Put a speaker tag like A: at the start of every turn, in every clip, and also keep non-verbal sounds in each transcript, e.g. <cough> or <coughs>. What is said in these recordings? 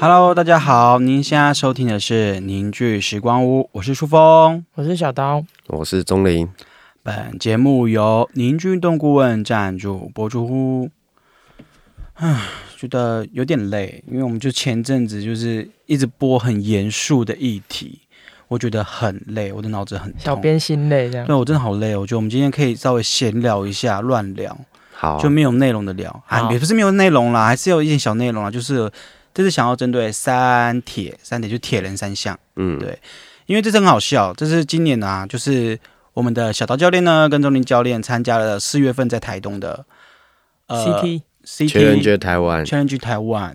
A: Hello，大家好，您现在收听的是凝聚时光屋，我是舒峰。
B: 我是小刀，
C: 我是钟林，
A: 本节目由凝聚运动顾问赞助播出。唉，觉得有点累，因为我们就前阵子就是一直播很严肃的议题，我觉得很累，我的脑子很
B: 小
A: 痛。
B: 编心累这样。
A: 对我真的好累哦，我觉得我们今天可以稍微闲聊一下，乱聊。
C: 好，
A: 就没有内容的聊，还
B: 好
A: 也不是没有内容啦，还是有一点小内容啦，就是这次想要针对三铁，三铁就铁人三项，
C: 嗯，
A: 对因为这次很好笑，这是今年啊，就是我们的小刀教练呢跟钟林教练参加了四月份在台东的呃
B: CT
A: CT
C: 全人觉台湾，
A: Challenge Taiwan，、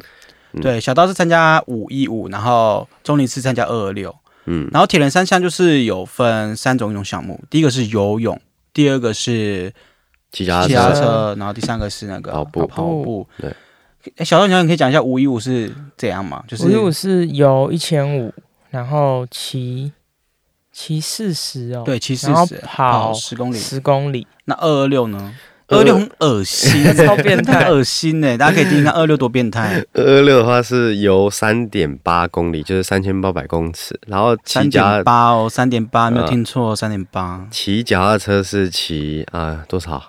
C: 嗯
A: 对，小刀是参加五一五，然后钟林是参加二二六，
C: 嗯，
A: 然后铁人三项就是有分三种运动项目，第一个是游泳，第二个是
C: 骑脚踏
A: 骑脚踏
C: 车，
A: 车，然后第三个是那个
C: 跑步
A: 跑步。
C: 对
A: 诶，小段，你可以讲一下五一五是怎样吗？就是
B: 五十五是游一千五，然后骑骑四十哦，
A: 对，其实
B: 然后
A: 是
B: 跑
A: 十公里。
B: 十公里，，
A: 那二二六呢？二
C: 二
A: 二六很恶心欸
B: <laughs> 超变态
A: 很恶心呢。大家可以听听看二六多变
B: <laughs>
A: 态，
C: 二二六的话是游三点八公里，就是三千八百公尺，然后骑
A: 三
C: 脚
A: 点
C: 踏
A: 八哦，三点八，没有
C: 嗯
A: 听错，哦三点八，
C: 骑脚踏车是骑啊、多少？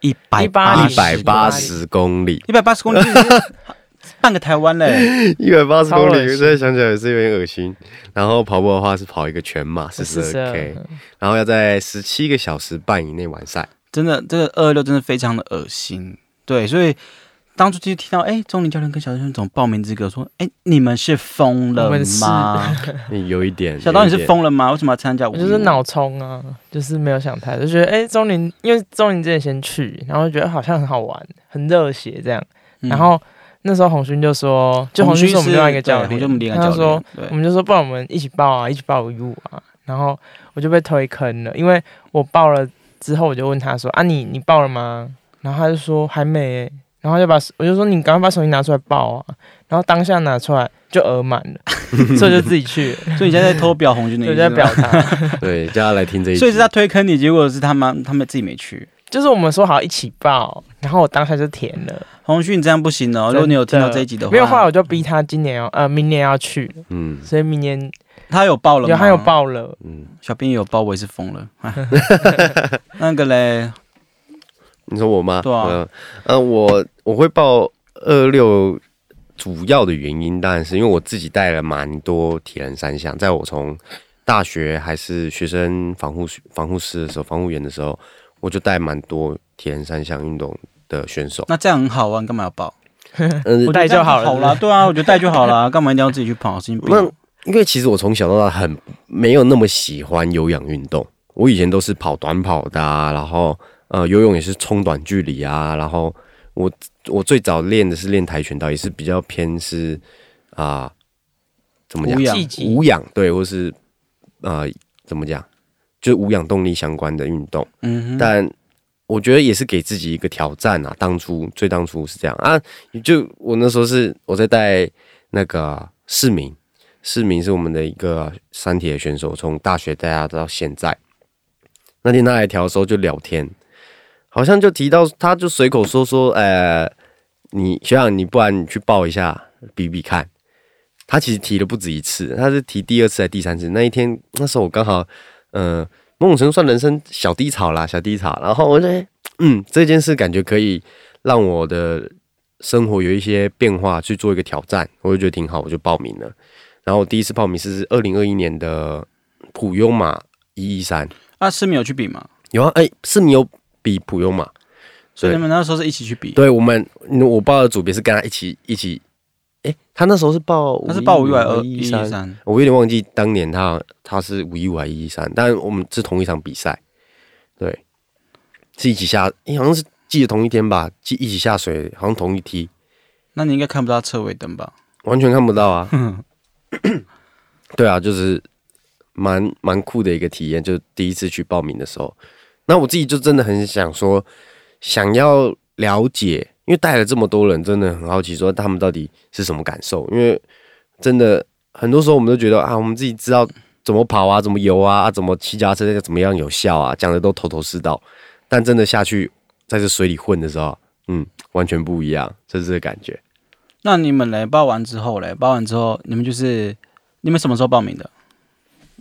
A: 一百
B: 180
C: 一百八，十公里，
A: 一百八十公里， <laughs> 半个台湾嘞，
C: 一百八十
B: 超恶
C: 公
B: 心
C: 里，现在想起来也是有点恶心。然后跑步的话是跑一个全马四十
B: 四
C: 二
B: 十
C: K，然后要在十七个小时半以内完赛。
A: 真的，这个二二六真的非常的恶心。对，所以当初就听到，哎，钟林教练跟小段总报名资格，说，哎，你们是疯了
B: 我们是
A: 吗？ <laughs>
C: 有一点，
A: 小刀，你
B: <laughs>
C: 有一
A: 是
C: 点，
A: 疯了吗？为什么要参加五
B: 我
A: 一五？
B: 嗯就是脑冲啊，就是没有想太多，就觉得哎，钟林，因为钟林之前先去，然后觉得好像很好玩，很热血这样，
A: 嗯，
B: 然后那时候红勋就说，就红勋是我们另外一个教
A: 对红
B: 练，
A: 军我们另外一
B: 他
A: 个
B: 就
A: 教练
B: 说，
A: 对
B: 我们就说不然我们一起报啊，一起报五一五啊。然后我就被推坑了，因为我报了之后，我就问他说啊你你报了吗？然后他就说还没欸、然后他就把我就说你赶快把手机拿出来报啊。然后当下拿出来就额满了，
A: <laughs>
B: 所以我就自己去了，
A: 所以你现在在偷表红军的
B: 所以
A: 意
B: 我
A: 思
B: 就在
A: 吗，
B: 表达，
C: 对，叫他来听这一集。
A: 所以是他推坑你，结果是他们他们自己没去。
B: 就是我们说好一起报，然后我当下就填了。
A: 红军，你这样不行哦！如果你有听到这一集的话，
B: 没有话我就逼他今年要呃明年要去，
C: 嗯
B: 所以明年
A: 他有报了吗？
B: 有他有，报了。
C: 嗯，
A: 小编也有报，我也是疯了。 <laughs> 哎那个嘞，
C: 你说我吗？
A: 对啊
C: 嗯、呃我我会报二六，主要的原因当然是因为我自己带了蛮多铁人三项，在我从大学还是学生防护防护师的时候，防护员的时候，我就带蛮多铁人三项运动的选手。
A: 那这样很好啊，你干嘛要报？
C: 嗯
A: 我觉得
B: 带就
A: 这
B: 好
A: 样
B: 了
A: 好啦，对啊，我觉得带就好啦， <laughs> 干嘛一定要自己去跑？神经病！
C: 那因为其实我从小到大很没有那么喜欢有氧运动，我以前都是跑短跑的、啊，然后呃游泳也是冲短距离啊，然后我我最早练的是练跆拳道，也是比较偏是啊、怎么讲
A: 无氧
B: 季节
C: 无氧对，或是呃怎么讲就是无氧动力相关的运动。
A: 嗯哼，
C: 但我觉得也是给自己一个挑战啊。当初最当初是这样啊，就我那时候是我在带那个市民，市民是我们的一个山铁选手，从大学带他到现在。那天他来调的时候就聊天，好像就提到，他就随口说说，呃，你学长，你不然你去报一下比比看。他其实提了不止一次，他是提第二次还是第三次。那一天那时候我刚好，呃，某种程度算人生小低潮啦，小低潮。然后我就，诶嗯，这件事感觉可以让我的生活有一些变化，去做一个挑战，我就觉得挺好，我就报名了。然后我第一次报名是二零二一年的普悠玛一一三，
A: 那市啊民有去比吗？
C: 有啊，哎、是你有比普悠玛，
A: 所以你们那时候是一起去比，
C: 对我们我报的组别是跟他一起一起，哎、他那时候是报
A: 他是报五一五二一
C: 一
A: 一
C: 三，
A: 三，
C: 我有点忘记当年他他是五一五还一一三，但我们是同一场比赛，对，是一起下，诶好像是记得同一天吧，记一起下水，好像同一梯，
A: 那你应该看不到车尾灯吧？
C: 完全看不到啊。对啊，就是蛮蛮酷的一个体验，就第一次去报名的时候，那我自己就真的很想说，想要了解，因为带了这么多人，真的很好奇，说他们到底是什么感受，因为真的很多时候我们都觉得啊，我们自己知道怎么跑啊，怎么游啊，啊怎么骑脚踏车怎么样有效啊，讲的都头头是道，但真的下去在这水里混的时候，嗯，完全不一样，这是这个感觉。
A: 那你们来报完之后嘞，报完之后你们就是你们什么时候报名的？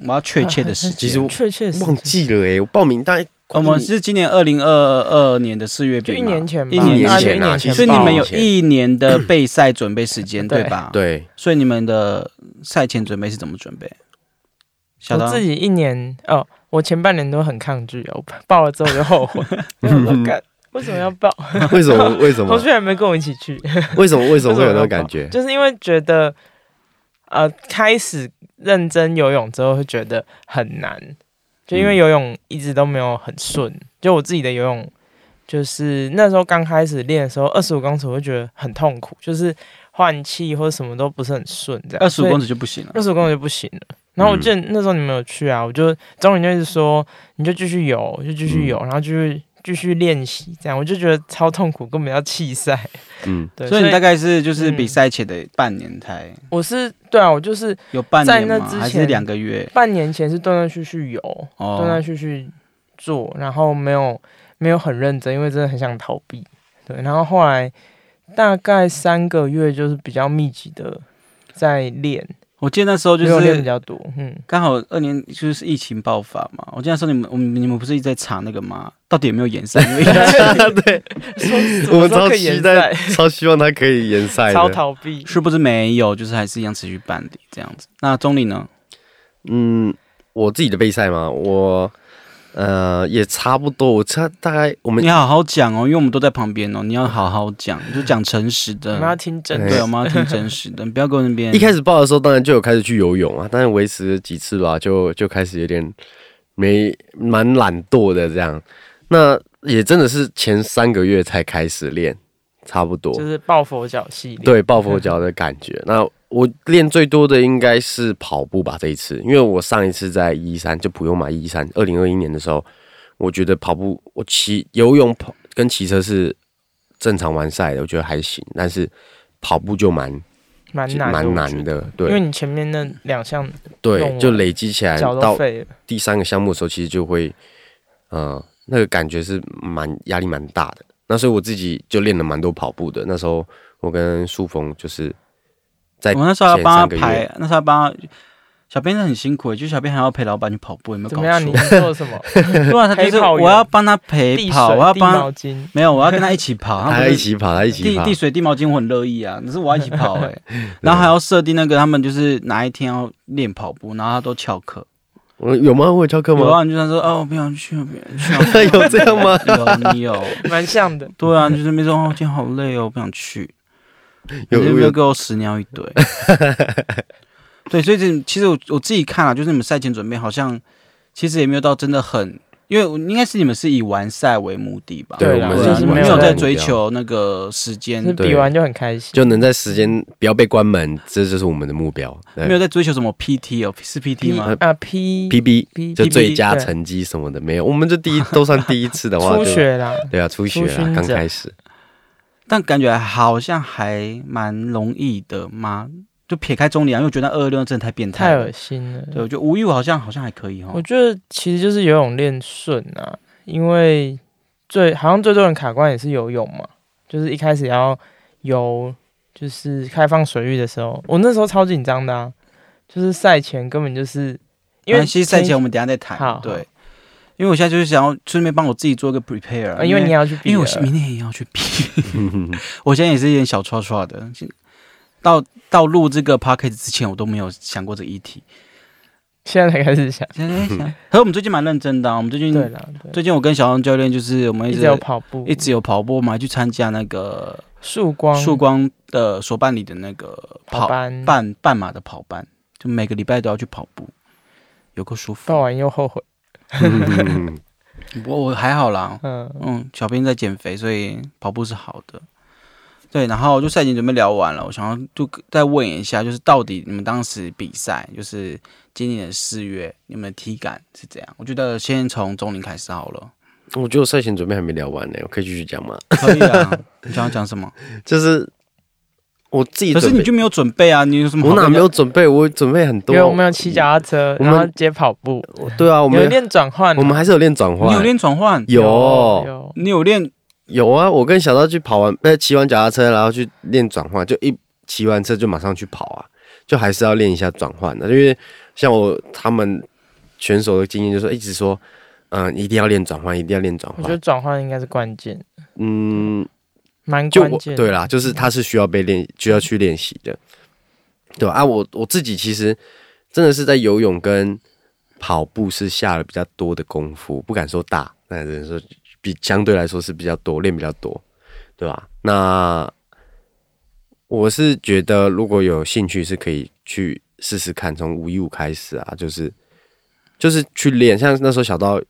A: 我要确切的时间。
C: 其实我
B: 确确实
C: <laughs> 忘记了哎、我报名大概
A: 我们是今年二零二二年的四月
B: 就
A: 底
B: 一
A: 嘛
B: 年前吧，
A: 一
C: 一
A: 年
B: 大概就
C: 前
B: 一
C: 啊
B: 年
C: 其
B: 前
C: 实
B: 吧，
A: 所以你们有
C: 前
A: 一年的备赛准备时
B: <coughs>
A: 间，
B: 对
A: 对吧？。
C: 对
A: 所以你们的赛前准备是怎么准备？小
B: 我
A: 刀
B: 自己一年哦，我前半年都很抗拒啊，我报了之后就
A: <laughs>
B: 后悔，我想说干为什么要报？
C: 为什么为什
B: <laughs> 同
C: 么
B: 学也没跟我一起去，
C: 为什么为什么会
B: 为什么要
C: 有那种
B: 报
C: 感觉？
B: <laughs> 就是因为觉得呃，开始认真游泳之后会觉得很难，就因为
C: 嗯
B: 游泳一直都没有很顺，就我自己的游泳。就是那时候刚开始练的时候，二十五公尺我会觉得很痛苦，就是换气或者什么都不是很顺，这样。
A: 二十五
B: 啊所以
A: 公尺就不行了。
B: 二十五公里就不行了。然后我记得那时候你们有去啊，我就钟林就是说，你就继续游，就继续游，然后继续继续练习，这样我就觉得超痛苦，根本要弃赛。
C: 嗯，
B: 对，
A: 所以你大概是就是
B: 嗯
A: 比赛前的半年才
B: 我是对啊，我就是
A: 有半年
B: 在
A: 吗
B: 那之？前
A: 还是两个月？
B: 半年前是断断续续游，断断
A: 哦，
B: 续续做，然后没有没有很认真，因为真的很想逃避。对，然后后来大概三个月就是比较密集的在练，
A: 我记得那时候就
B: 游练比
A: 是
B: 较多，嗯。
A: 刚好二年就是疫情爆发嘛。我记得那时候你们我们你们不是一直在查那个吗？到底有没有延赛？因为
B: <laughs>
C: 对，我们
B: 什么时候
C: 超
B: 可以
C: 期
B: 延
C: 待
B: 赛，
C: <laughs> 超希望他可以延赛
B: 超
C: 的。
B: 逃避，
A: 是不是没有？就是还是一样持续办理这样子。那钟林呢？
C: 嗯，我自己的备赛嘛，我呃也差不多，我差大概我们
A: 你好好讲哦，因为我们都在旁边哦，你要好好
C: <laughs>
A: 讲，你就讲诚实
B: 我
C: 嗯
B: 们要
A: 的。
B: 听真
A: 对，
B: 的
A: 我。们要听真实的，你不要跟我那边
C: 哎一开始报的时候，当然就有开始去游泳啊，但是维持了几次吧，就就开始有点没蛮懒惰的这样。那也真的是前三个月才开始练，差不多
B: 就是抱佛脚系列。，
C: 对抱佛脚的感觉。那我练最多的应该是跑步吧，这一次，因为我上一次在一三就普悠玛一三，二零二一年的时候，我觉得跑步，我骑游泳跑跟骑车是正常完赛的，我觉得还行，但是跑步就蛮
B: 蛮难的
C: 蛮
B: 我觉
C: 难
B: 得
C: 的，
B: 因为
C: 对
B: 你前面那两项弄
C: 对，
B: 完
C: 就累积起来
B: 脚
C: 到
B: 都废了，
C: 第三个项目的时候，其实就会，呃，那个感觉是蛮压力蛮大的。那所以我自己就练了蛮多跑步的。那时候我跟舒峰就是在
A: 哦我那时候要
C: 前
A: 帮
C: 三个
A: 他
C: 月
A: 排，那时候要帮他小编很辛苦欸，就小编还要陪老板去跑步，有没有
B: 怎
A: 搞
B: 么样？你
A: 错
B: 你？做什
A: <laughs>
B: 么？
A: 对啊，他就是
B: 陪跑员
A: 我要帮他陪
B: 递
A: 跑，
B: 水
A: 我要
B: 递
A: 帮
B: 毛巾，
A: 没有，我要跟他一起
C: <laughs>
A: 跑，他不
C: 他
A: 是
C: 一起跑，他一起
A: 递
C: 跑，
A: 递水递毛巾，我很乐意啊，可是我要一起跑
C: <laughs>
A: 哎、然后还要设定那个他们就是哪一天要练跑步，然后他都翘课，
C: 我有吗？我有翘课
A: 有
C: 吗？
A: 啊，你就想说哦，我不想去，我不想去，
C: <laughs> 有这样吗？
A: <laughs> 有你有，
B: 蛮像
C: <laughs>
B: 的。
A: 对啊，你就是没说哦，今天好累哦，我不想去，
C: 有
A: 你有没有
C: 有
A: 给我屎尿一堆？
B: <laughs>
A: 对，所以这其实我我自己看啊，就是你们赛前准备好像其实也没有到真的很，因为我应该是你们是以完赛为目的吧？
C: 对
B: 我
A: 啊
B: 们
A: 对啊
B: 是
A: 你们
B: 以
A: 没
B: 完赛
A: 有在
B: 为目
A: 追求那个时间
B: 就是，
C: 对
B: 比完就很开心，
C: 就能在时间不要被关门，这就是我们的目标。
A: 没有
C: 对
A: 在追求什么 PT 哦，是 PT 吗？
B: 啊 P
C: ，PB
B: P
C: 就最佳
B: 对
C: 成绩什么的没有，我们就第一都算第一次
B: <laughs>
C: 的话，
B: 初
C: 就
B: 学啦，
C: 对啊，初学
B: 初
C: 啊
B: 训，
C: 刚
B: 者
C: 开 <laughs> 始。
A: 但感觉好像还蛮容易的嘛，就撇开中年啊，因为我觉得二二六真的太变态
B: 太
A: 了
B: 恶。心了。
A: 对，我觉得无欲好像好像还可以
B: 我
A: 哦。
B: 觉得其实就是游泳练顺啊，因为最好像最多人卡关也是游泳嘛，就是一开始要游，就是开放水域的时候，我那时候超紧张的啊，就是赛前根本就是因为
A: 但啊其实赛前
B: 前
A: 我们等一下再
B: 好
A: 谈，
B: 好
A: 对，因为我现在就是想要顺便帮我自己做一个 prepare，啊、
B: 呃因为你要去比
A: 因
B: 了，
A: 为我是明天也要去比， <laughs> 我现在也是有点小刷刷的。就到到录这个 p o c k e t 之前，我都没有想过这个议题。
B: 现在才开始想，
A: 现在在想， <laughs> 可是我们最近蛮认真的、啊，我们最近
B: 嗯对啦，对，
A: 最近我跟小杨教练就是我们一
B: 一
A: 直
B: 直有跑步，
A: 一直有跑步，我们还去参加那个
B: 束光
A: 曙光的所办理的那个
B: 跑
A: 跑
B: 班，
A: 半半马的跑班，就每个礼拜都要去跑步，有够舒
B: 报
A: 服。
B: 完又后悔，
A: 不过我还好啦，
B: 嗯，
A: 嗯，小编在减肥，所以跑步是好的。对，然后就赛前准备聊完了，我想要就再问一下，就是到底你们当时比赛，就是今年的四月，你们的体感是怎样？我觉得先从钟林开始好了，
C: 我觉得我赛前准备还没聊完呢，我可以继续讲吗？ <laughs>
A: 可以啊。 <laughs> 你想要讲什么？
C: 就是我自己
A: 可
C: 准备，
A: 是你就没有准备啊？你有什么？
C: 我哪没有？准备？我准备很多。
B: 因为我们有
A: 嗯
B: 骑脚踏车，
C: 我
B: 然后
C: 们
B: 接跑步，
C: 对啊，我
B: 有
C: 们
B: 练转换啊，
C: 我们还是有练转换。
A: 你有练转换？哦
C: 有
B: 有
A: 你有练？
C: 有啊！我跟小刀去跑完，呃，骑完脚踏车，然后去练转换，就一骑完车就马上去跑啊，就还是要练一下转换的，因为像我他们选手的经验就是一直说，嗯、一定要练转换，一定要练转
B: 我觉得
C: 换，
B: 转换应该是关键，
C: 嗯，
B: 蛮
C: 就
B: 关
C: 我
B: 键的。嗯
C: 对啦，就是它是需要被练，需要去练习的，对啊，我我自己其实真的是在游泳跟跑步是下了比较多的功夫，不敢说大，那只能说比相对来说是比较多，练比较多，对吧、那我是觉得如果有兴趣是可以去试试看，从五一五开始啊，就是就是去练，像那时候小刀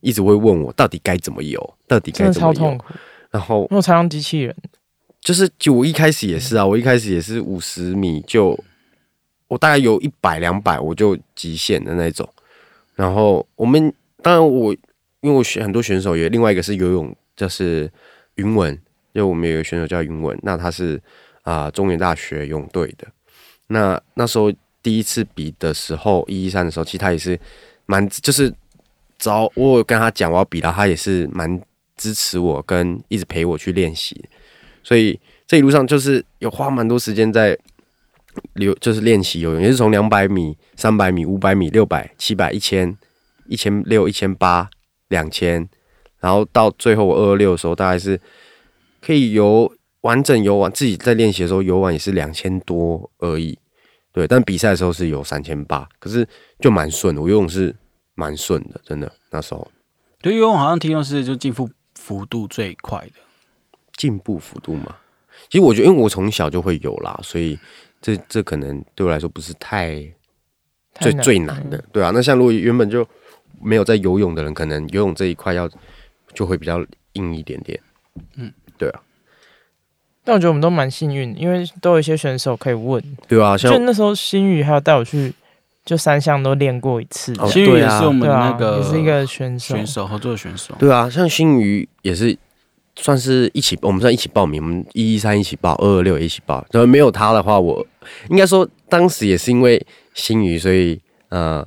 C: 一直会问我到底该怎么游，到底
B: 真的
C: 该怎
B: 超
C: 么
B: 痛
C: 游，
B: 苦，
C: 然后
B: 因为我常用机器人，
C: 就是就我一开始也是啊，我一开始也是五十米就，我大概有一百两百我就极限的那种。然后我们当然我因为我选很多选手也，另外一个是游泳，就是云文，因为我们有一个选手叫云文，那他是啊、中原大学游泳队的。那那时候第一次比的时候，一一三的时候，其实他也是蛮就是找我有跟他讲我要比了，他也是蛮支持我跟一直陪我去练习。所以这一路上就是有花蛮多时间在流，就是练习游泳，也是从两百米、三百米、五百米、六百、七百、一千、一千六、一千八、两千，然后到最后我二二六的时候，大概是可以游完整游完，自己在练习的时候游完也是两千多而已，对，但比赛的时候是游三千八，可是就蛮顺的，我游泳是蛮顺的，真的那时候
A: 对，因为我好像听说是就进步幅度最快的。
C: 进步幅度嘛？其实我觉得，因为我从小就会有啦，所以这这可能对我来说不是太
B: 太嗯
C: 最最难的，对啊。那像如果原本就没有在游泳的人，可能游泳这一块要就会比较硬一点点。啊
B: 但我觉得我们都蛮幸运，因为都有一些选手可以问。
C: 对啊，像
B: 就那时候新宇还有带我去，就三项都练过一次，
C: 哦
A: 新宇
C: 对
A: 也
C: 啊
A: 是我们
B: 对
A: 那
B: 啊，
A: 个
B: 也是一个选手， <laughs>
A: 选手合作的选手，
C: 对啊，像新宇也是算是一起，我们算一起报名，我们一一三一起报，二二六也一起报。然后没有他的话，我应该说当时也是因为新宇，所以呃，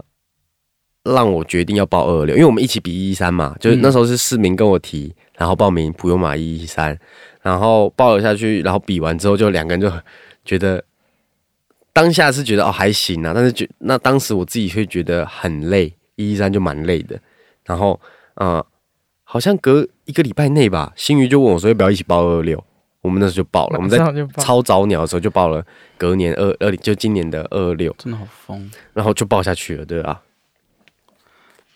C: 让我决定要报二二六，因为我们一起比一一三嘛，就是
A: 嗯
C: 那时候是市民跟我提，然后报名普悠玛一一三，然后报了下去，然后比完之后就两个人就觉得。当下是觉得哦还行啊，但是觉那当时我自己会觉得很累，一一三就蛮累的。然后呃，好像隔一个礼拜内吧，新宇就问我说要不要一起报二六，我们那时候就报了，我们在
B: 马上就报
C: 超早鸟的时候就报了，隔年二二就今年的二二六，
A: 真的好疯。
C: 然后就报下去了，对啊，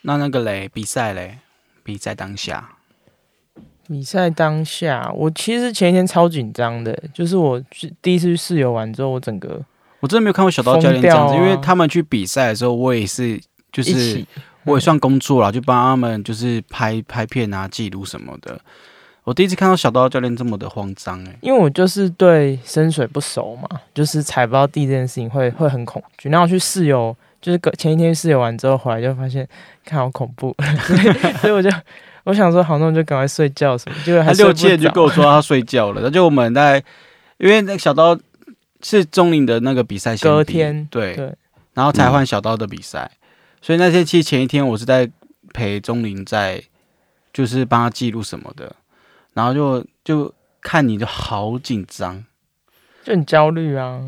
A: 那那个嘞，比赛嘞，比赛当下，
B: 比赛当下，我其实前一天超紧张的，就是我去第一次去室友玩之后，我整个
A: 我真的没有看过小刀教练这样子，
B: 疯掉啊
A: 因为他们去比赛的时候，我也是就
B: 一
A: 是
B: 起
A: 我也算工作了，就帮他们就是拍拍片啊、记录什么的。我第一次看到小刀教练这么的慌张哎、
B: 因为我就是对深水不熟嘛，就是踩不到地这件事情会会很恐惧。然后我去室友，就是隔前一天室友完之后回来就发现，看好恐怖， <laughs> 所以所以我就我想说好，那我就赶快睡觉什么，结果
A: 他
B: 还
A: <laughs> 六
B: 睡
A: 七
B: 不
A: 就
B: 着
A: 跟我说他睡觉了，那 <laughs> 就我们在因为那个小刀是钟林的那个比赛先比
B: 隔天
A: 对
B: 对
A: 然后才换小刀的比赛，所以那天其实前一天我是在陪钟林在，就是帮他记录什么的，然后就就看你就好紧张，
B: 就很焦虑啊，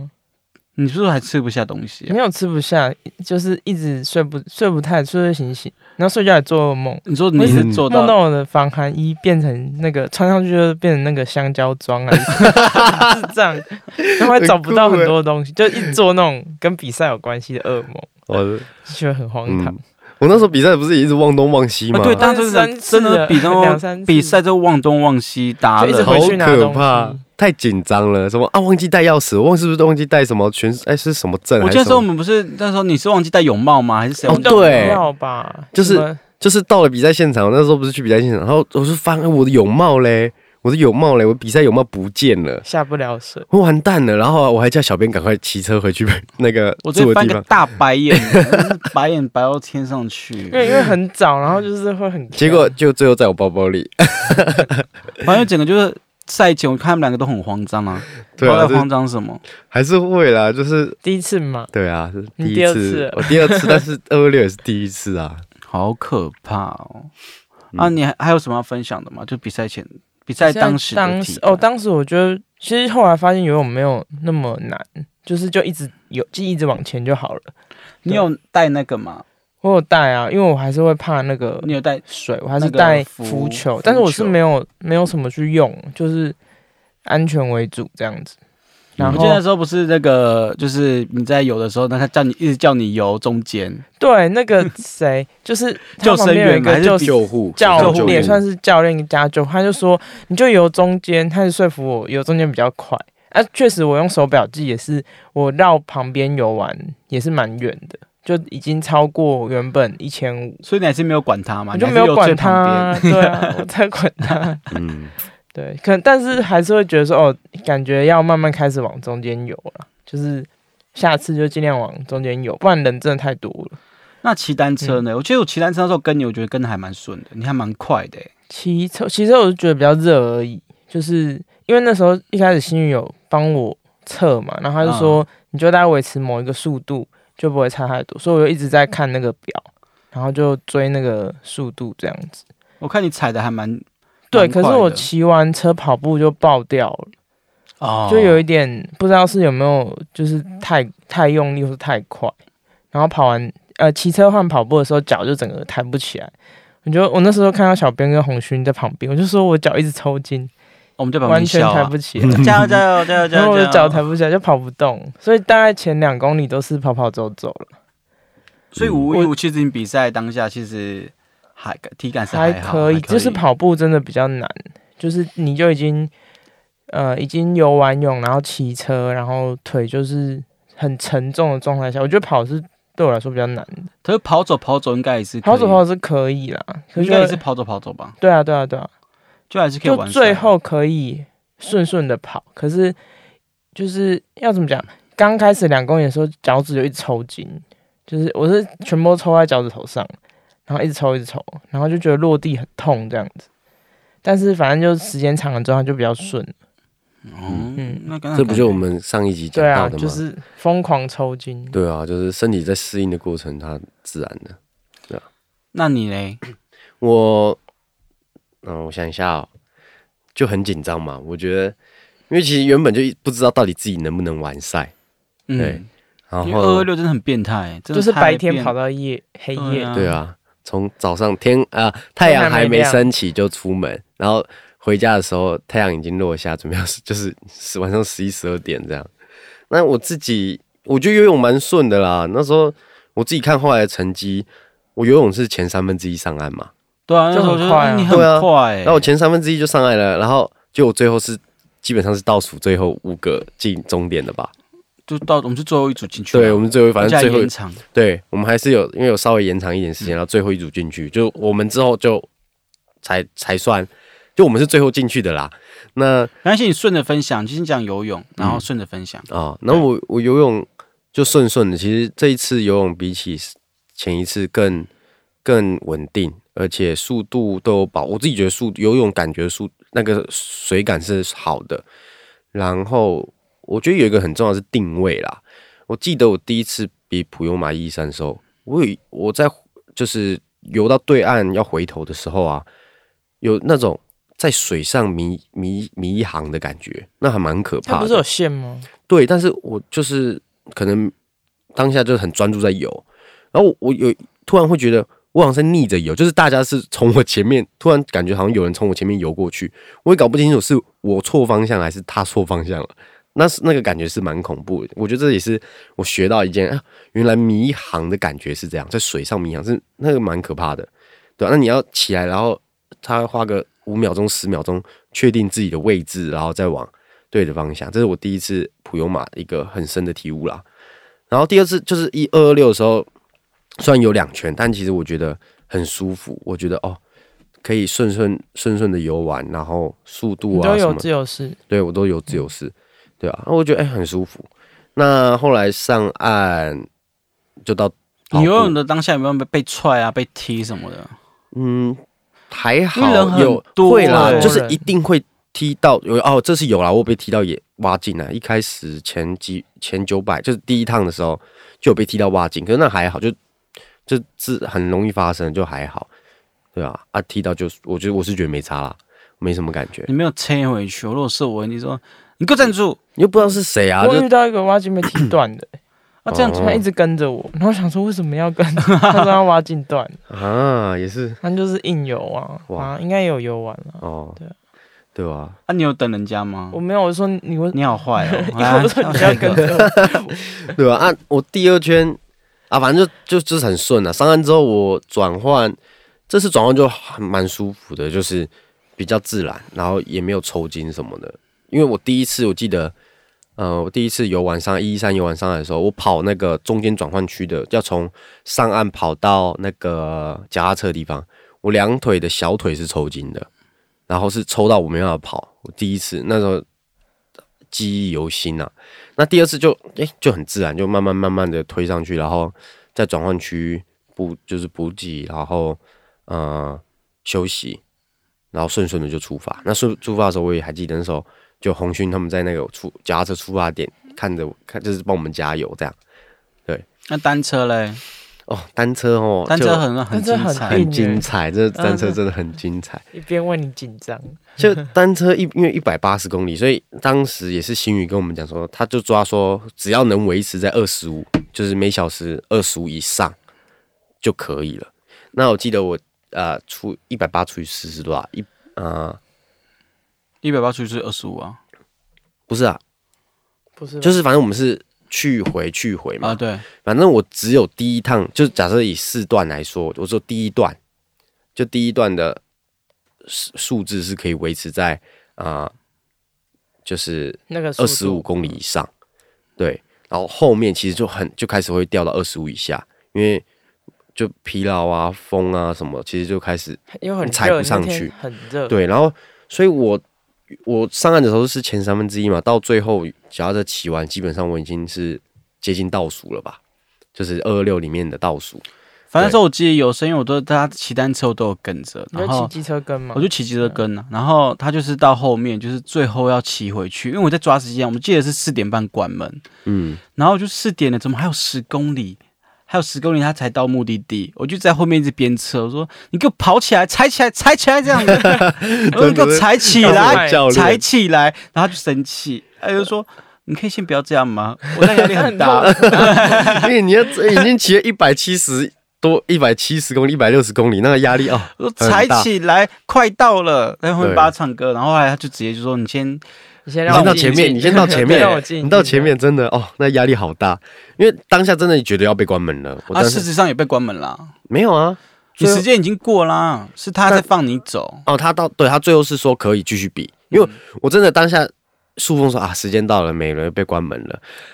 A: 你是不是还吃不下东西、啊？
B: 没有吃不下，就是一直睡不睡不太睡睡醒醒，然后睡觉也做噩梦。
A: 你说你是做
B: 梦
A: 到
B: 到我的防寒衣变成那个穿上去就变成那个香蕉
C: <laughs>
B: 装啊，智障，然后还找不到
C: 欸
B: 很多东西，就一直做那种跟比赛有关系的噩梦，
C: 我
B: 就觉得很荒唐
C: 嗯。，我那时候比赛不是也一直忘东忘西吗？
A: 啊对，当时
B: 三次
A: 真的
B: 了
A: 比
B: 两
A: 赛
B: 三次
A: 比赛就忘东忘西打
B: 就一直
A: 了，
B: 回
C: 好
B: 去拿
C: 可
B: 东
C: 怕
A: 嗯
B: 西，
C: 太紧张了，什么啊忘记带钥匙，我忘是不是忘记带什么全哎是什么证
A: 我
C: 还
A: 记
C: 是
A: 得
C: 什
A: 说我
C: 么？
A: 们不是那时候你是忘记戴泳帽吗？还是谁
C: 哦
A: 忘记戴？
C: 对
B: 要吧，
C: 就是
B: 什么
C: 就是到了比赛现场，那时候不是去比赛现场，然后我就翻哎我的泳帽嘞，我的泳帽嘞，我比赛泳帽不见了。
B: 下不了水，
C: 我完蛋了，然后啊我还叫小编赶快骑车回去 <laughs> 那个
A: 我直
C: 住
A: 接
C: 的
A: 翻
C: 地
A: 个
C: 方，
A: 大白
C: <laughs>
A: 眼，真是白眼白到天上去
B: 因。为因为很早，然后就是会很
C: 结果就最后在我包包里。
A: 反正整个就是赛前，我看他们两个都很慌张啊，不
C: 对
A: 知道
C: 啊，
A: 在
C: 这
A: 慌张什么。
C: 还是会啦，就是
B: 第一次嘛，
C: 对啊，是
B: 你
C: 第
B: 第
C: 一
B: 二
C: 次
B: 次，
C: 我第二次，
B: <laughs>
C: 但是二二六也是第一次啊。
A: 好可怕哦！啊，
C: 嗯
A: 你还还有什么要分享的吗？就比赛前比赛当时的
B: 当
A: 体
B: 时哦，
A: 感
B: 当时我觉得其实后来发现游泳没有那么难，就是就一直有就一直往前就好了。
A: 你有带那个吗？
B: 我有带啊，因为我还是会怕那个
A: 你有带
B: 水，我还是
A: 那个
B: 带
A: 浮
B: 浮球，
A: 浮
B: 但是我是
A: 球
B: 没有没有什么去用，就是安全为主这样子。
C: 嗯
A: 我
B: 然后
A: 记得那时候不是那个，就是你在游的时候，那他叫你一直叫你游中间，
B: 对
A: <laughs>
B: 那个谁，就是他
A: 救生
B: 旁边有一
A: 员吗还
B: 个
A: 是
B: 救
A: 比
C: 救护
B: 教
A: 救护
B: 练
A: 员
B: 算是教练加救，他就说你就游中间，他就说服我游中间比较快。啊，确实我用手表计也是，我绕旁边游完也是蛮远的，就已经超过原本一千五，
A: 所以你还是没有管他嘛，
B: 我就
A: 你
B: 没
A: 还是
B: 有
A: 游
B: 管
A: 最旁
B: 他，
A: <laughs> 边。
B: 对啊，我在管他，
C: 嗯，
B: 对，可能但是还是会觉得说哦，感觉要慢慢开始往中间游了，就是下次就尽量往中间游，不然人真的太多了。
A: 那骑单车
B: 嗯
A: 呢？我记得我骑单车那时候跟你，我觉得跟的还蛮顺的，你还蛮快的欸、
B: 骑车，骑车我就觉得比较热而已，就是因为那时候一开始新宇有帮我测嘛，然后他就
A: 嗯
B: 说、你就大概维持某一个速度就不会差太多，所以我就一直在看那个表，然后就追那个速度这样子。
A: 我看你踩的还蛮
B: 对，
A: 蛮
B: 可
A: 快
B: 是我
A: 的
B: 骑完车跑步就爆掉了，
A: 哦，
B: 就有一点不知道是有没有就是太太用力或是太快，然后跑完呃骑车换跑步的时候脚就整个抬不起来。我就我那时候看到小编跟红勋在旁边，我就说我脚一直抽
A: <laughs>
B: 筋，
A: 我们就把
B: 完全抬不起来，
A: <laughs> 加油加油加油加
B: 然后
A: 油！
B: 我的
A: 加
B: 脚
A: 油
B: 抬不起来就跑不动，所以大概前两公里都是跑跑走走了，
A: 所以五一
B: 我
A: 五七零比赛当下其实还体感是好
B: 可以，就是跑步真的比较难，就是你就已经呃已经游完泳，然后骑车，然后腿就是很沉重的状态下，我觉得跑是对我来说比较难的，
A: 可是跑走跑走应该也是可以
B: 跑走跑走是可以啦，可
A: 应该也是
B: 是
A: 跑走跑走吧，
B: 对啊对啊对啊，
A: 就还是可以
B: 就
A: 完赛
B: 最后可以顺顺的跑，可是就是要怎么讲？刚开始两公里的时候，脚趾就一直抽筋，就是我是全部都抽在脚趾头上，然后一直抽一直抽，然后就觉得落地很痛这样子。但是反正就是时间长了之后，它就比较顺。
A: 哦
B: 嗯
A: 那刚刚
C: 这不就我们上一集讲
B: 对啊，
C: 到的吗？
B: 就是疯狂抽筋。
C: 对啊，就是身体在适应的过程，它自然的。
A: 那你嘞？
C: 我，嗯，我想一下、哦，就很紧张嘛。我觉得，因为其实原本就一不知道到底自己能不能完赛，对
A: 嗯，
C: 然
A: 因为二
C: 后
A: 二六真的很变态，真的
B: 就是
A: 太
B: 白天
A: 变
B: 跑到夜黑夜
A: 对，啊
C: 对啊，从早上天啊、太
B: 天还
C: 阳还
B: 没
C: 没
B: 亮
C: 升起就出门，然后回家的时候太阳已经落下，准备要 <laughs> 就是十晚上十一十二点这样。那我自己我觉得游泳蛮顺的啦，那时候我自己看后来的成绩，我游泳是前三分之一上岸嘛，
A: 对啊，那时
B: 就
A: 候
B: 很
A: 就
B: 快啊
A: 你很
C: 对啊
A: 快欸，
C: 那我前三分之一就上来了，然后就我最后是基本上是倒数最后五个进终点的吧。
A: 就到我们是最啊后一组进去了，
C: 对，我们最后反正
A: 加
C: 最后
A: 延长，
C: 对我们还是有，因为有稍微延长一点时间，然后最后一组进去，就我们之后就才才算，就我们是最后进去的啦。那
A: 没关系，你顺着分享，先讲游泳，然
C: 嗯
A: 后顺着分享。
C: 啊，那我我游泳就顺顺的，其实这一次游泳比起前一次更更稳定，而且速度都有保，我自己觉得速游泳感觉速那个水感是好的。然后我觉得有一个很重要的是定位啦，我记得我第一次比普悠玛一山的时候，我有我在就是游到对岸要回头的时候啊，有那种。在水上迷迷迷航的感觉，那还蛮可怕
B: 它
C: 的。
B: 不是有线吗？
C: 对，但是我就是可能当下就是很专注在游，然后我我有突然会觉得我好像在逆着游，就是大家是从我前面突然感觉好像有人从我前面游过去，我也搞不清楚是我错方向还是他错方向了。那是那个感觉是蛮恐怖的，我觉得这也是我学到一件啊，原来迷航的感觉是这样，在水上迷航是那个蛮可怕的，对啊，那你要起来，然后他花个五秒钟、十秒钟确定自己的位置，然后再往对的方向。这是我第一次普悠玛一个很深的体悟啦。然后第二次就是一二二六的时候，虽然有两圈，但其实我觉得很舒服。我觉得哦，可以顺顺顺顺的游玩，然后速度
B: 你
C: 啊
B: 都
C: 什
B: 有
C: 么
B: 自由式，
C: 对我都有自
A: 嗯
C: 由式，对啊，我觉得哎、很舒服。那后来上岸就到跑
A: 你
C: 步
A: 游泳的当下有没有被被踹啊、被踢什么的？
C: 嗯，还
A: 因为人
C: 好
A: 很
C: 有
A: 多
C: 会啦，
B: 欸
C: 就是一定会踢到有哦，这是有啦，我有被踢到也挖进来。一开始前几前九百就是第一趟的时候就有被踢到挖进，可是那还好，就就自很容易发生，就还好，对啊，啊踢到就我觉得我是觉得没差啦，没什么感觉。
A: 你没有切回去。哦如果是我，你说你给我站住
C: 你又不知道是谁啊，
B: 我
C: 就
B: 遇到一个挖进被踢断
C: <coughs>
B: 的、欸
A: 啊！这样
C: 哦
A: 子
B: 他一直跟着我，然后我想说为什么要跟？ <laughs> 他说要挖进段，
C: 啊，也是
B: 他就是硬游啊，
C: 哇
B: 啊，应该也有游玩了、
C: 哦
B: 对啊，
C: 对吧？
A: 啊，你有等人家吗
B: 我？没有，我说你 <laughs> 为，
A: 你好坏哦！啊
B: 我说你不要跟
C: 哎
B: 着我，
C: <laughs> 对吧？啊，我第二圈啊，反正就就就是很顺啊。上岸之后我转换，这次转换就还蛮舒服的，就是比较自然，然后也没有抽筋什么的。因为我第一次我记得，呃，我第一次游玩上一三游玩上来的时候，我跑那个中间转换区的，要从上岸跑到那个脚踏车的地方，我两腿的小腿是抽筋的，然后是抽到我没办法跑。我第一次那时候记忆犹新啊。那第二次就诶、就很自然，就慢慢慢慢的推上去，然后再转换区补就是补给，然后呃休息，然后顺顺的就出发。那顺出发的时候，我也还记得那时候就红勋他们在那个出脚踏车出发点看着我看，就是帮我们加油这样。
A: 那单车嘞？
C: 哦，单车哦，
A: 单车很嗯很
B: 单车
A: 精
B: 很
A: 彩
B: 硬
C: 很精彩，这单车真的很精彩。
B: <laughs> 一边为你紧张，
C: 就单车一因为一百八十公里，所以当时也是新宇跟我们讲说，他就抓说只要能维持在二十五，就是每小时二十五以上就可以了。那我记得我呃除一百八除以四是多少？一呃
A: 一百八除以是二十五啊
C: 不是啊，
B: 不是吧，
C: 就是反正我们是去回去回嘛
A: 啊，对，
C: 反正我只有第一趟，就是假设以四段来说，我说第一段，就第一段的数数字是可以维持在啊、呃就是
B: 那个速
C: 二十五嗯
B: 度，
C: 公里以上，对，然后后面其实就很就开始会掉到二十五以下，因为就疲劳啊、风啊什么，其实就开始
B: 因为很
C: 你踩
B: 热
C: 不上
B: 那天
C: 去
B: 很热，
C: 对，然后所以我我上岸的时候是前三分之一嘛，到最后脚踏车骑完，基本上我已经是接近倒数了吧，就是二二六里面的倒数。
A: 反正那时候我记忆有深，因为我都他骑单车我都有跟着，
B: 你
A: 然
B: 就
A: 后
B: 骑机车跟嘛，
A: 我就骑机车跟啊，然后他就是到后面，就是最后要骑回去，因为我在抓时间，我们记得是四点半关门，
C: <laughs> 嗯，
A: 然后就四点了，怎么还有十公里？还有十公里，他才到目的地，我就在后面一直鞭策，我说：“你给我跑起来，踩起来，踩起来，这
C: <laughs>
A: 样子，我说你给我踩起来，
C: 教练
A: 踩起来。”然后他就生气，他就说：“你可以先不要这样吗？我那压力很大。
C: 因为你要已经骑了一百七十多、一百七十公里、一百六十公里，那个压力哦，”
A: 我说：“踩起来，快到了。”然后后面
C: 对
A: 帮他唱歌，然后后来他就直接就说：“你先
B: 你先
C: 你
B: 让
C: 先
B: 我
C: 到
B: 静
C: 前
B: 一
C: 面，
B: 静
C: 你先到前
B: <laughs>
C: 面
B: 让我静一，静
C: 你到前面真的哦，那压力好大，因为当下真的觉得要被关门了。我
A: 啊，
C: 当
A: 事
C: 时
A: 实上也被关门啦。”
C: 没有啊，
A: 你
C: 最后
A: 时间已经过啦，是他在放你走。
C: 哦，他到对他最后是说可以继续比，因为
B: 嗯
C: 我真的当下树峰说啊，时间到了，美人被关门了，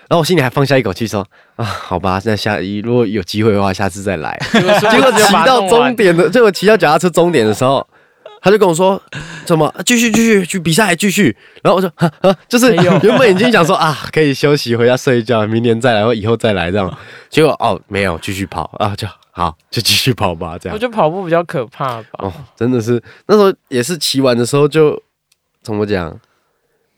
C: 然后我心里还放下一口气说啊，好吧，那下一如果有机会的话，下次再来。啊
B: 结果 <laughs>
C: 结果骑
B: 骑
C: 到终，点的，结果骑到脚踏车终点的时候。他就跟我说：“怎么继续继续去比赛继续？”然后我说：“哈哈，就是
B: 没有
C: 原本已经想说啊，可以休息回家睡一觉，明年再来或以后再来这样。结果哦，没有继续跑啊，就好就继续跑吧这样
B: 我。觉得跑步比较可怕吧
C: 哦，，真的是那时候也是骑完的时候就怎么讲，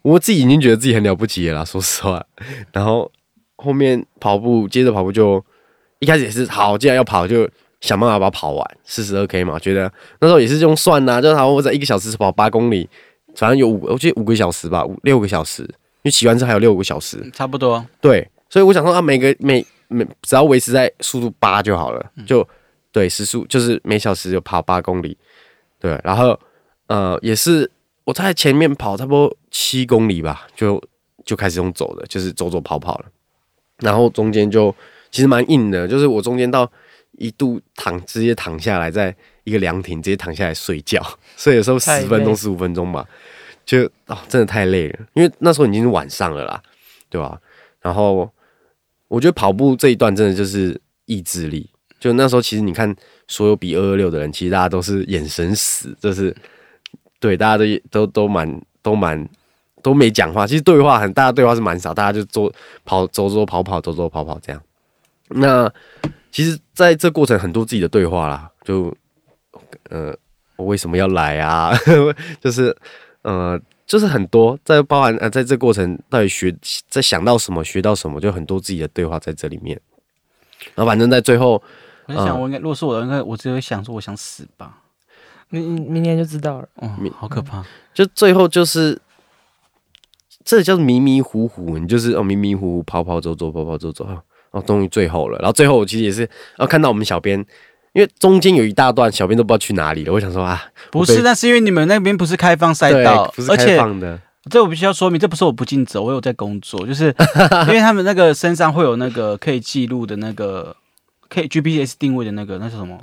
C: 我自己已经觉得自己很了不起了啦，说 <laughs> 实话。然后后面跑步，接着跑步就一开始也是好，既然要跑就想办法把它跑完，四十二 K 嘛，觉得那时候也是用算呐、就是好像我在一个小时跑八公里，反正有五，我记得五个小时吧，五六个小时，因为骑完之后还有六个小时，
A: 差不多，
C: 对，所以我想说啊，每个每每只要维持在速度八就好了，就对时速就是每小时有跑八公里，对，然后呃也是我在前面跑差不多七公里吧，就就开始用走的，就是走走跑跑了，然后中间就其实蛮硬的，就是我中间到一度躺直接躺下来，在一个凉亭直接躺下来睡觉， <laughs> 睡的时候
B: 太
C: 十分
B: 累
C: 钟十五分钟吧，就哦真的太累了，因为那时候已经是晚上了啦，对吧、然后我觉得跑步这一段真的就是意志力。就那时候，其实你看所有比二二六的人，其实大家都是眼神死，就是对大家都都都蛮都蛮都没讲话。其实对话很大家对话是蛮少，大家就走跑走走跑跑走走跑跑这样。那其实在这过程很多自己的对话啦，就呃我为什么要来啊？就是呃就是很多在包含呃在这过程到底学在想到什么学到什么，就很多自己的对话在这里面。然后反正在最后
A: 我在想，
C: 嗯
A: 我应该如果是我的话，应该我只会想说，我想死吧。
B: 明明天就知道了。
A: 哦
C: 明，嗯
A: 好可怕。
C: 就最后就是，这叫迷迷糊糊，你就是哦迷迷糊糊跑跑走走跑跑走走，哦哦，终于最后了。然后最后我其实也是，哦看到我们小编，因为中间有一大段小编都不知道去哪里了，我想说啊，
A: 不是，
C: 被
A: 但是因为你们那边不是开放赛
C: 对
A: 道
C: 不，是
A: 而
C: 开
A: 且
C: 放的，
A: 这我必须要说明，这不是我不尽责，我有在工作，就是
C: <laughs>
A: 因为他们那个身上会有那个可以记录的那个，可以 GPS 定位的那个，那是什么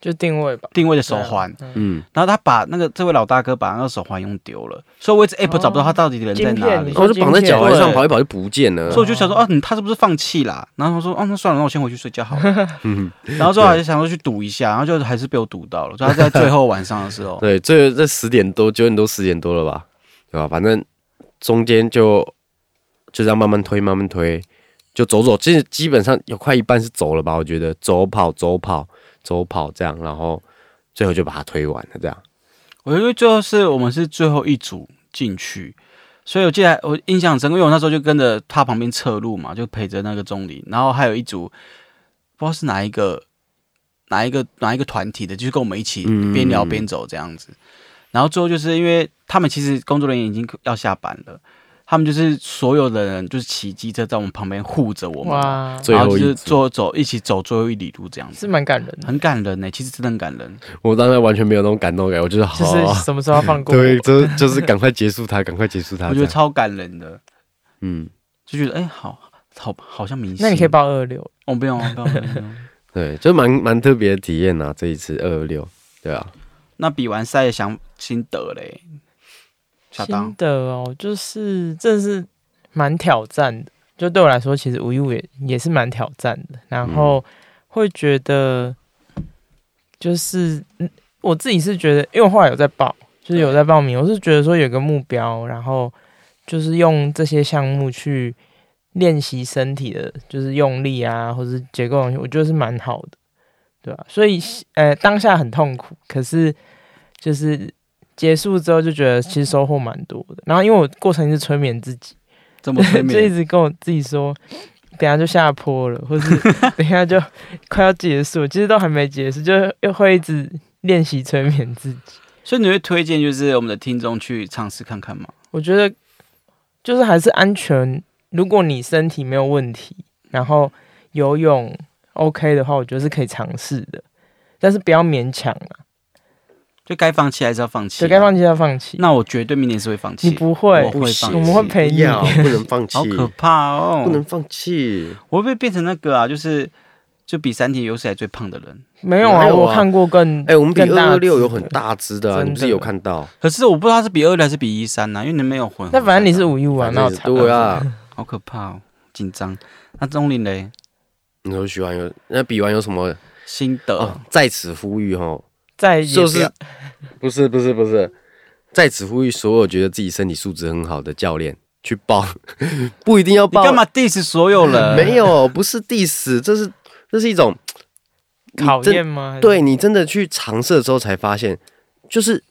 B: 就定位吧，
A: 定位的手环？
C: 嗯，
A: 然后他把那个这位老大哥把那个手环用丢了，所以我一直 app
B: 哦
A: 找不到他到底人在哪
B: 晶
A: 里
B: 片
C: 然。后就绑在脚踝上
A: 对
C: 跑一跑就不见了
A: 所以。我就想说，啊，你他是不是放弃啦？然后他说，啊，那算了，那我先回去睡觉好了。
C: 嗯，
A: 然后最后还是想说去赌一下，然后就还是被我赌到了。所以他在最后晚上的时候，
C: 对，这这十点多九点多十点多了吧，对吧？反正中间就就这样慢慢推慢慢推，就走走，其实基本上有快一半是走了吧，我觉得走跑走跑走跑这样，然后最后就把它推完了这样。
A: 我因为最后是我们是最后一组进去，所以我记得我印象很深刻，因为我那时候就跟着他旁边侧路嘛，就陪着那个钟离，然后还有一组不知道是哪一个哪一个哪一个团体的，就是跟我们一起
C: 嗯
A: 边聊边走这样子。然后最后就是因为他们其实工作人员已经要下班了，他们就是所有的人就是骑机车在我们旁边护着我们，
B: 哇，
C: 最
A: 然后
C: 后
A: 就
C: 一
A: 是
C: 组，
A: 做走一起走最后一里路这样
B: 是
A: 子，
B: 蛮感人的，
A: 很感人欸呢、其实真的很感人。
C: 我当时完全没有那种感动感，我就是
B: 就
C: 好、
B: 是
C: 啊，
B: 什么时候要放过我？
C: <laughs> 对，就是就是赶快结束它，赶快结束它。
A: 我觉得
C: 这样，
A: 超感人的，
C: 嗯，
A: 就觉得哎、好好好像明星。
B: 那你可以报二六，
A: 哦，
B: <laughs>
A: 不用啊，不用，不用不用。
C: 对，就蛮蛮特别的体验呐、这一次二二六，对啊，
A: 那比完赛的想心得嘞，小
B: 新
A: 当
B: 的哦，就是真的是蛮挑战的。就对我来说，其实无忧也也是蛮挑战的，然后会觉得就是嗯我自己是觉得，因为我后来有在报，就是有在报名，我是觉得说有个目标，然后就是用这些项目去练习身体的，就是用力啊，或是结构东西，我觉得是蛮好的，对吧、所以呃，当下很痛苦，可是就是结束之后就觉得其实收获蛮多的。然后因为我过程一直催眠自己，
A: 这么
B: <laughs>
A: 催
B: 就一
A: 眠，
B: 直跟我自己说，等一下就下坡了，或是
C: <laughs>
B: 等一下就快要结束了，其实都还没结束，就又会一直练习催眠自己。
A: 所以你会推荐就是我们的听众去尝试看看吗？
B: 我觉得就是还是安全，如果你身体没有问题，然后游泳 OK 的话，我觉得是可以尝试的，但是不要勉强了，
A: 就该放弃还是要放
C: 啊
A: 弃、啊
B: 就该。放弃就要放弃。
A: 那我绝对明年是会放弃。
B: 你不会，
A: 我会放弃
B: 我们会陪
C: 不
B: 你。
C: 要不能放
A: <laughs>
C: 弃
A: 好，可怕哦！
C: 不能，放弃。
A: 我会不会变成那个啊？就是就比三体有史以来最胖的人。
B: 没有啊，
C: 哪有啊
B: 我看过更
C: <laughs> 哎、我们比
B: 更大
C: 二
B: 的
C: 二六有很大只的、啊，
B: 真的
C: 你不是有看到？
A: 可是我不知道他是比二还是比一三啊呐，因为你没有混合赛
B: 那
A: 的。
B: 反正你是五一五啊，
C: 反
B: 那我
C: 正也是
B: 查
C: 对啊，
A: 好可怕哦，紧张。那钟林嘞，
C: 你说喜欢有那比完有什么？
A: 心得、
C: 哦，在此呼吁哈，
B: 再也
C: 就
B: 不
C: 是
B: 要
C: 不是不是不是，在此呼吁所有觉得自己身体素质很好的教练去报， <laughs> 不一定要
A: 你
C: 报。
A: 干嘛 diss 所有人？
C: <laughs> 没有，不是 diss，这是这是一种你
B: 考
C: 真
B: 验吗？
C: 对你真的去尝试了之后才发现，就是，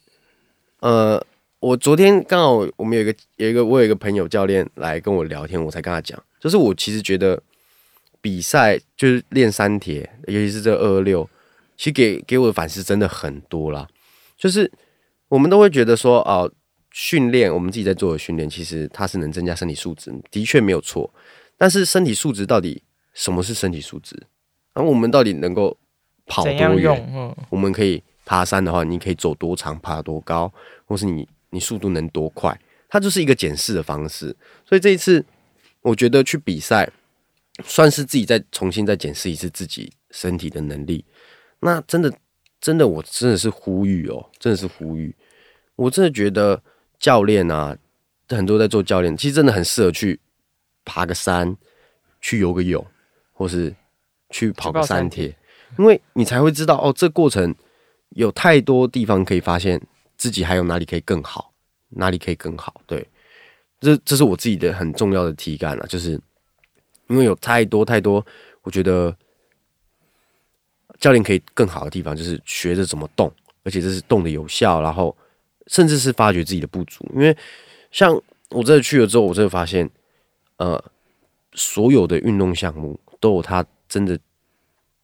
C: 呃，我昨天刚好我们有一个有一个我有一个朋友教练来跟我聊天，我才跟他讲，就是我其实觉得比赛就是练三铁，尤其是这二二六，其实给给我的反思真的很多啦。就是我们都会觉得说，啊、训练我们自己在做的训练，其实它是能增加身体素质，的确没有错。但是身体素质到底什么是身体素质？然后我们到底能够跑多
B: 怎样
C: 远？
B: 用？嗯，
C: 我们可以爬山的话，你可以走多长，爬多高，或是你你速度能多快，它就是一个检视的方式。所以这一次，我觉得去比赛，算是自己再重新再检视一次自己身体的能力。那真的真的，我真的是呼吁哦，真的是呼吁，我真的觉得教练啊，很多在做教练，其实真的很适合去爬个山，去游个泳，或是去跑个
B: 去报
C: 山
B: 山铁
C: 铁，因为你才会知道哦，这过程有太多地方可以发现自己还有哪里可以更好，哪里可以更好。对，这这是我自己的很重要的体感啊，就是因为有太多太多，我觉得教练可以更好的地方就是学着怎么动，而且这是动的有效，然后甚至是发掘自己的不足。因为像我真的去了之后，我真的发现，呃，所有的运动项目都有它真的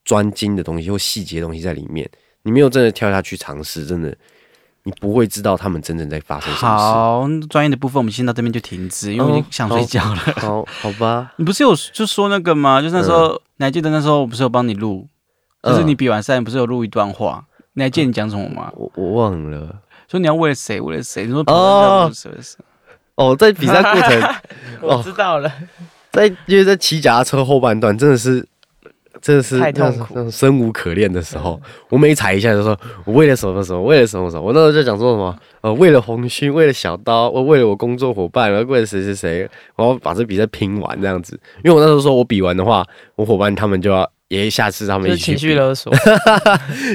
C: 专精的东西或细节的东西在里面。你没有真的跳下去尝试，真的你不会知道他们真正在发生什么
A: 好，专业的部分我们先到这边就停止，因为我已经想睡觉了。
C: 事。哦好， <laughs> 好吧，
A: 你不是有就说那个吗？就是那时
C: 嗯
A: 候，你还记得那时候我不是有帮你录，就是你比完赛不是有录一段话？你还记得你讲什么吗
C: 嗯，？我我忘了。
A: 说你要为了谁，为了谁？你说
C: 哦
A: 哦，是不是？
C: 哦，在比赛过程，
B: 我知道了，
C: 在因为在骑脚踏车后半段，真的是，真的是
B: 太痛
C: 那种
B: 苦嗯
C: 那种生无可恋的时候，我每踩一下就说，我为了什么什么，为了什么什么，我那时候就讲说什么，呃，为了红勋，为了小刀，我为了我工作伙伴，然后为了谁谁谁，我要把这比赛拼完这样子。因为我那时候说我比完的话，我伙伴他们就要，也下次他们
B: 就
C: 一
B: 是
C: 起去
B: 情
C: 比
B: 绪勒
C: <laughs>
B: 索，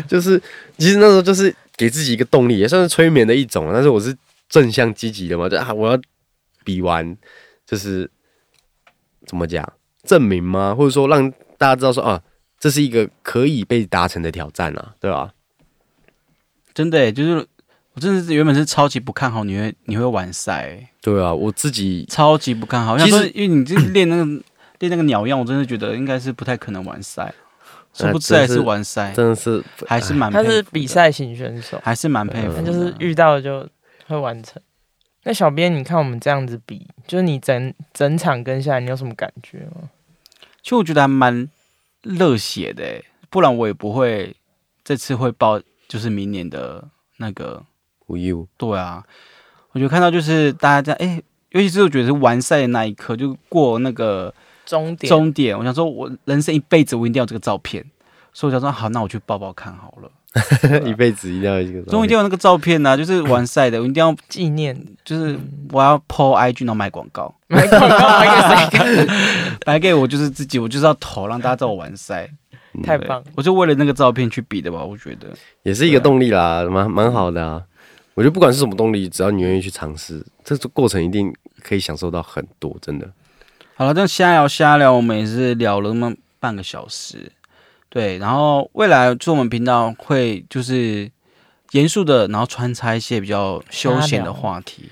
C: 就是其实那时候就是给自己一个动力，也算是催眠的一种。啊但是我是正向积极的嘛，就啊，我要比完，就是怎么讲，证明吗？或者说让大家知道说啊，这是一个可以被达成的挑战啊，对吧、
A: 真的耶，就是我真的是原本是超级不看好你会你会完赛耶，
C: 对啊，我自己
A: 超级不看好。
C: 其
A: 其
C: 实
A: 实因为你这练那个 <coughs> 练那个鸟样，我真的觉得应该是不太可能完赛，殊不知
C: 真
A: 还
C: 呃是
A: 是完赛，
C: 真的是
A: 还是蛮
B: 他
A: 佩
B: 是
A: 服
B: 比
A: 的，
B: 赛型选
C: <laughs>
B: 手，
A: 还是蛮佩服
B: 他
C: 嗯
A: 的，
B: 就是遇到就会完成。那小编，你看我们这样子比，就是你整整场跟下来，你有什么感觉吗？
A: 其实我觉得还蛮热血的欸，不然我也不会这次会报，就是明年的那个。
C: 无忧，
A: 对啊，我就看到就是大家在哎、尤其是我觉得是完赛的那一刻，就过那个
B: 终点，
A: 终点，我想说我人生一辈子我一定要有这个照片，所以我想说好，那我去抱抱看好了。
C: <laughs> 一辈子一定要有一个
A: 所以我一定要有那个照片呢、就是完赛的，我一定要
B: 纪念，哎
A: 就是我要 PO IG 然后买广告，
B: 买广告买给
C: <laughs>
B: 谁看？
A: 买给我就是自己，我就是要投让大家知道我完赛。
C: 嗯
B: 太
A: 对
B: 棒了！
A: 我就为了那个照片去比的吧，我觉得。
C: 也是一个动力啦，蛮蛮好的啊。我觉得不管是什么动力，只要你愿意去尝试，这个过程一定可以享受到很多，真的。
A: 好了，这样瞎聊瞎聊，我们也是聊了那么半个小时，对。然后未来就我们频道会就是严肃的，然后穿插一些比较休闲的话题，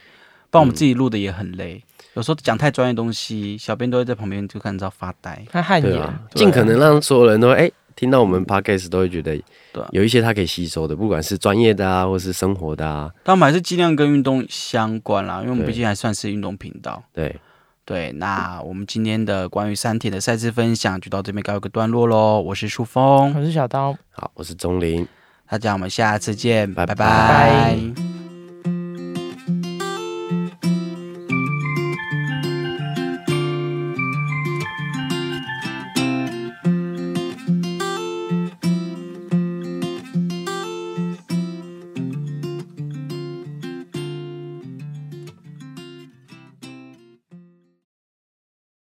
A: 不然我们
B: 嗯
A: 自己录的也很累。有时候讲太专业的东西，小编都会在旁边就看到发呆。
B: 他汗
C: 对
B: 颜，
C: 啊，尽可能让所有人都哎、听到我们 podcast 都会觉得
A: 嗯对啊
C: 有一些他可以吸收的，不管是专业的啊，或是生活的啊，
A: 但我们还是尽量跟运动相关啦，因为我们
C: 对
A: 毕竟还算是运动频道。
C: 对，
A: 对，那我们今天的关于三铁的赛事分享就到这边告一个段落喽。我是舒峰，
B: 我是小刀，
C: 好，我是钟林。
A: 大家我们下次见，
C: 拜
A: 拜
C: 拜
A: 拜